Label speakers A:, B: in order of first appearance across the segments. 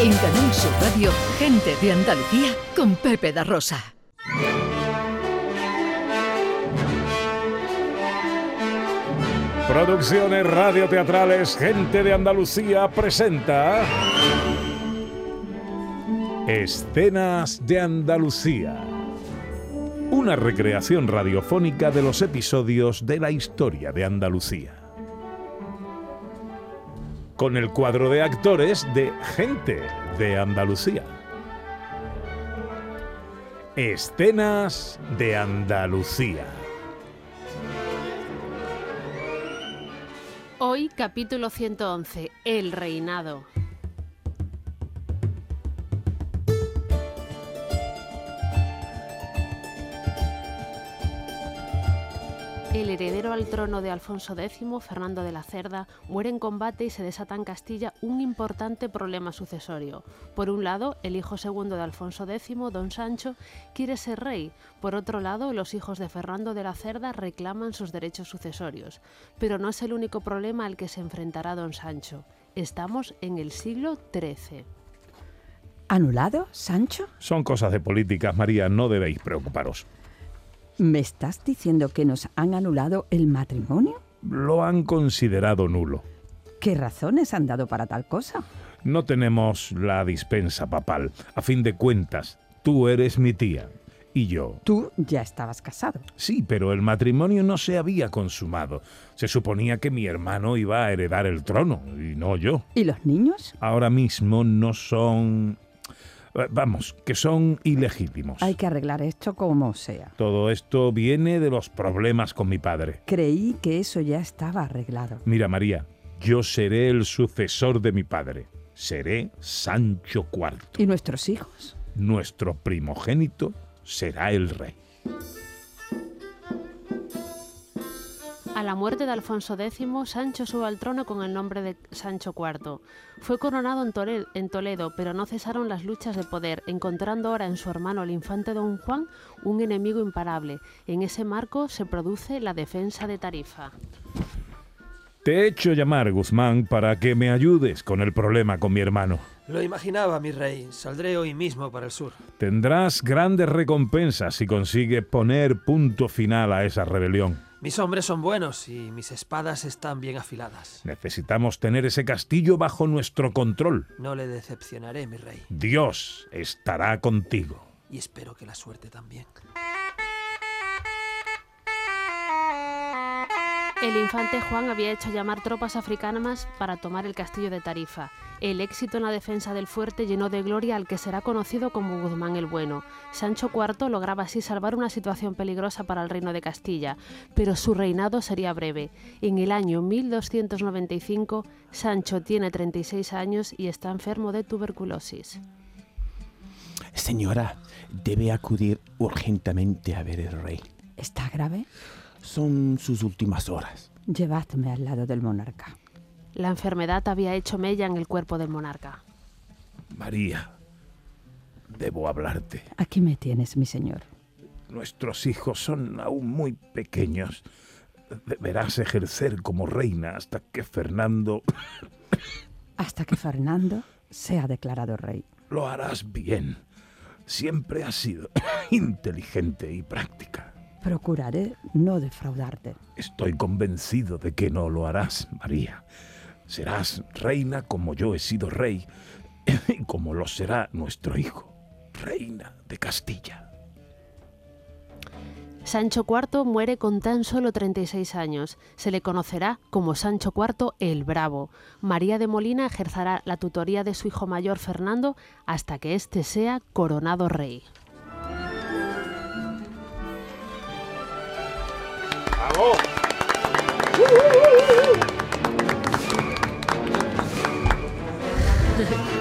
A: En Canal Sur Radio, gente de Andalucía con Pepe da Rosa.
B: Producciones radioteatrales Gente de Andalucía presenta Escenas de Andalucía. Una recreación radiofónica de los episodios de la historia de Andalucía. Con el cuadro de actores de Gente de Andalucía. Escenas de Andalucía.
C: Hoy capítulo 111, El reinado. El heredero al trono de Alfonso X, Fernando de la Cerda, muere en combate y se desata en Castilla un importante problema sucesorio. Por un lado, el hijo segundo de Alfonso X, don Sancho, quiere ser rey. Por otro lado, los hijos de Fernando de la Cerda reclaman sus derechos sucesorios. Pero no es el único problema al que se enfrentará don Sancho. Estamos en el siglo XIII.
D: ¿Anulado, Sancho?
B: Son cosas de políticas, María, no debéis preocuparos.
D: ¿Me estás diciendo que nos han anulado el matrimonio?
B: Lo han considerado nulo.
D: ¿Qué razones han dado para tal cosa?
B: No tenemos la dispensa papal. A fin de cuentas, tú eres mi tía y yo.
D: Tú ya estabas casado.
B: Sí, pero el matrimonio no se había consumado. Se suponía que mi hermano iba a heredar el trono y no yo.
D: ¿Y los niños?
B: Ahora mismo no son... eh, Vamos, que son ilegítimos.
D: Hay que arreglar esto como sea.
B: Todo esto viene de los problemas con mi padre.
D: Creí que eso ya estaba arreglado.
B: Mira, María, yo seré el sucesor de mi padre. Seré Sancho IV.
D: ¿Y nuestros hijos?
B: Nuestro primogénito será el rey.
C: A la muerte de Alfonso X, Sancho sube al trono con el nombre de Sancho IV. Fue coronado en, Tore- en Toledo, pero no cesaron las luchas de poder, encontrando ahora en su hermano el infante don Juan un enemigo imparable. En ese marco se produce la defensa de Tarifa.
B: Te he hecho llamar, Guzmán, para que me ayudes con el problema con mi hermano.
E: Lo imaginaba, mi rey. Saldré hoy mismo para el sur.
B: Tendrás grandes recompensas si consigues poner punto final a esa rebelión.
E: Mis hombres son buenos y mis espadas están bien afiladas.
B: Necesitamos tener ese castillo bajo nuestro control.
E: No le decepcionaré, mi rey.
B: Dios estará contigo.
E: Y espero que la suerte también.
C: El infante Juan había hecho llamar tropas africanas para tomar el castillo de Tarifa. El éxito en la defensa del fuerte llenó de gloria al que será conocido como Guzmán el Bueno. Sancho IV lograba así salvar una situación peligrosa para el reino de Castilla, pero su reinado sería breve. En el año 1295, Sancho tiene 36 años y está enfermo de tuberculosis.
F: Señora, debe acudir urgentemente a ver el rey.
D: ¿Está grave?
F: Son sus últimas horas.
D: Llevadme al lado del monarca.
C: La enfermedad había hecho mella en el cuerpo del monarca.
B: María, debo hablarte.
D: Aquí me tienes, mi señor.
B: Nuestros hijos son aún muy pequeños. Deberás ejercer como reina hasta que Fernando
D: Hasta que Fernando sea declarado rey.
B: lo harás bien. Siempre has sido inteligente y práctica.
D: Procuraré no defraudarte.
B: Estoy convencido de que no lo harás, María. Serás reina como yo he sido rey y como lo será nuestro hijo, reina de Castilla.
C: Sancho IV muere con tan solo 36 años. Se le conocerá como Sancho IV el Bravo. María de Molina ejercerá la tutoría de su hijo mayor Fernando hasta que éste sea coronado rey.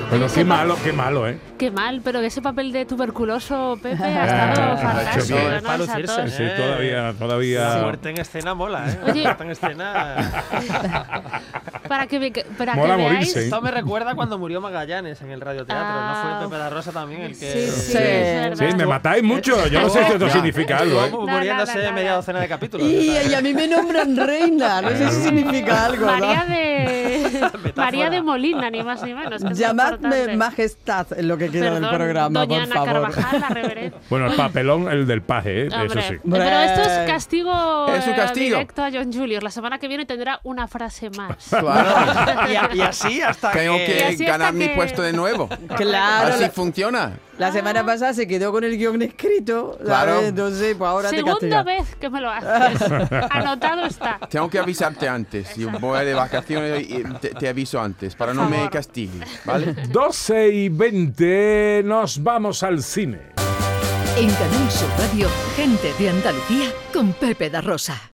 B: Bueno,
C: Ese
B: qué
C: pa-
B: malo, qué malo, ¿eh?
C: Qué mal, pero ese papel de tuberculoso, Pepe, ha estado
B: Ah,
C: fantástico.
B: ha hecho
C: ¿no?
B: bien.
C: Esa
G: Para lucirse.
C: tos.
B: Sí, todavía,
E: La
B: todavía.
E: muerte en escena mola, ¿eh? La
C: Oye.
E: muerte en escena.
C: para que, ve- para
G: Mola
C: que veáis.
G: morirse, ¿eh?
E: Esto me recuerda cuando murió Magallanes en el radioteatro. ¿No
C: Ah.
E: fue Pepe la Rosa también el que.?
C: Sí, sí,
G: Sí,
C: es
G: sí,
C: verdad.
G: me matáis mucho. Yo no sé si esto
F: Ya.
G: significa algo, ¿eh?
E: Estuvo
C: No,
E: muriéndose
C: nada, nada.
E: media docena de capítulos.
D: Y,
E: o sea,
D: y a mí me nombran reina, no sé si significa algo. ¿no?
C: María de
E: Metáfora.
C: María de Molina, ni más ni menos. que es lo
D: Llamadme
C: importante.
D: majestad en lo que queda
C: Perdón,
D: del programa,
C: Doña
D: por
C: Ana
D: favor.
C: Carvajal, la reverenda.
G: Bueno, el papelón, el del paje, ¿eh? eso
C: Hombre,
G: sí.
C: Pero esto es castigo,
F: Es un
C: eh,
F: castigo.
C: directo a John Julius. La semana que viene tendrá una frase más.
E: Bueno, y, a- y así hasta
F: Tengo
E: que.
C: Y
F: que
C: así hasta
F: ganar mi
C: que-
F: puesto de nuevo.
D: Claro,
F: Así
D: la,
F: funciona.
D: la semana pasada se quedó con el guión escrito, ¿sabes?
F: Claro.
D: entonces pues ahora te
C: Segunda
D: castiga.
C: vez que me lo haces. Anotado está.
F: Tengo que avisarte antes. Si voy de vacaciones, y te, te aviso antes para no me
C: favor.
F: castigues, ¿vale?
B: 12 y 20, nos vamos al cine.
A: En Canal Sur Radio, gente de Andalucía con Pepe da Rosa.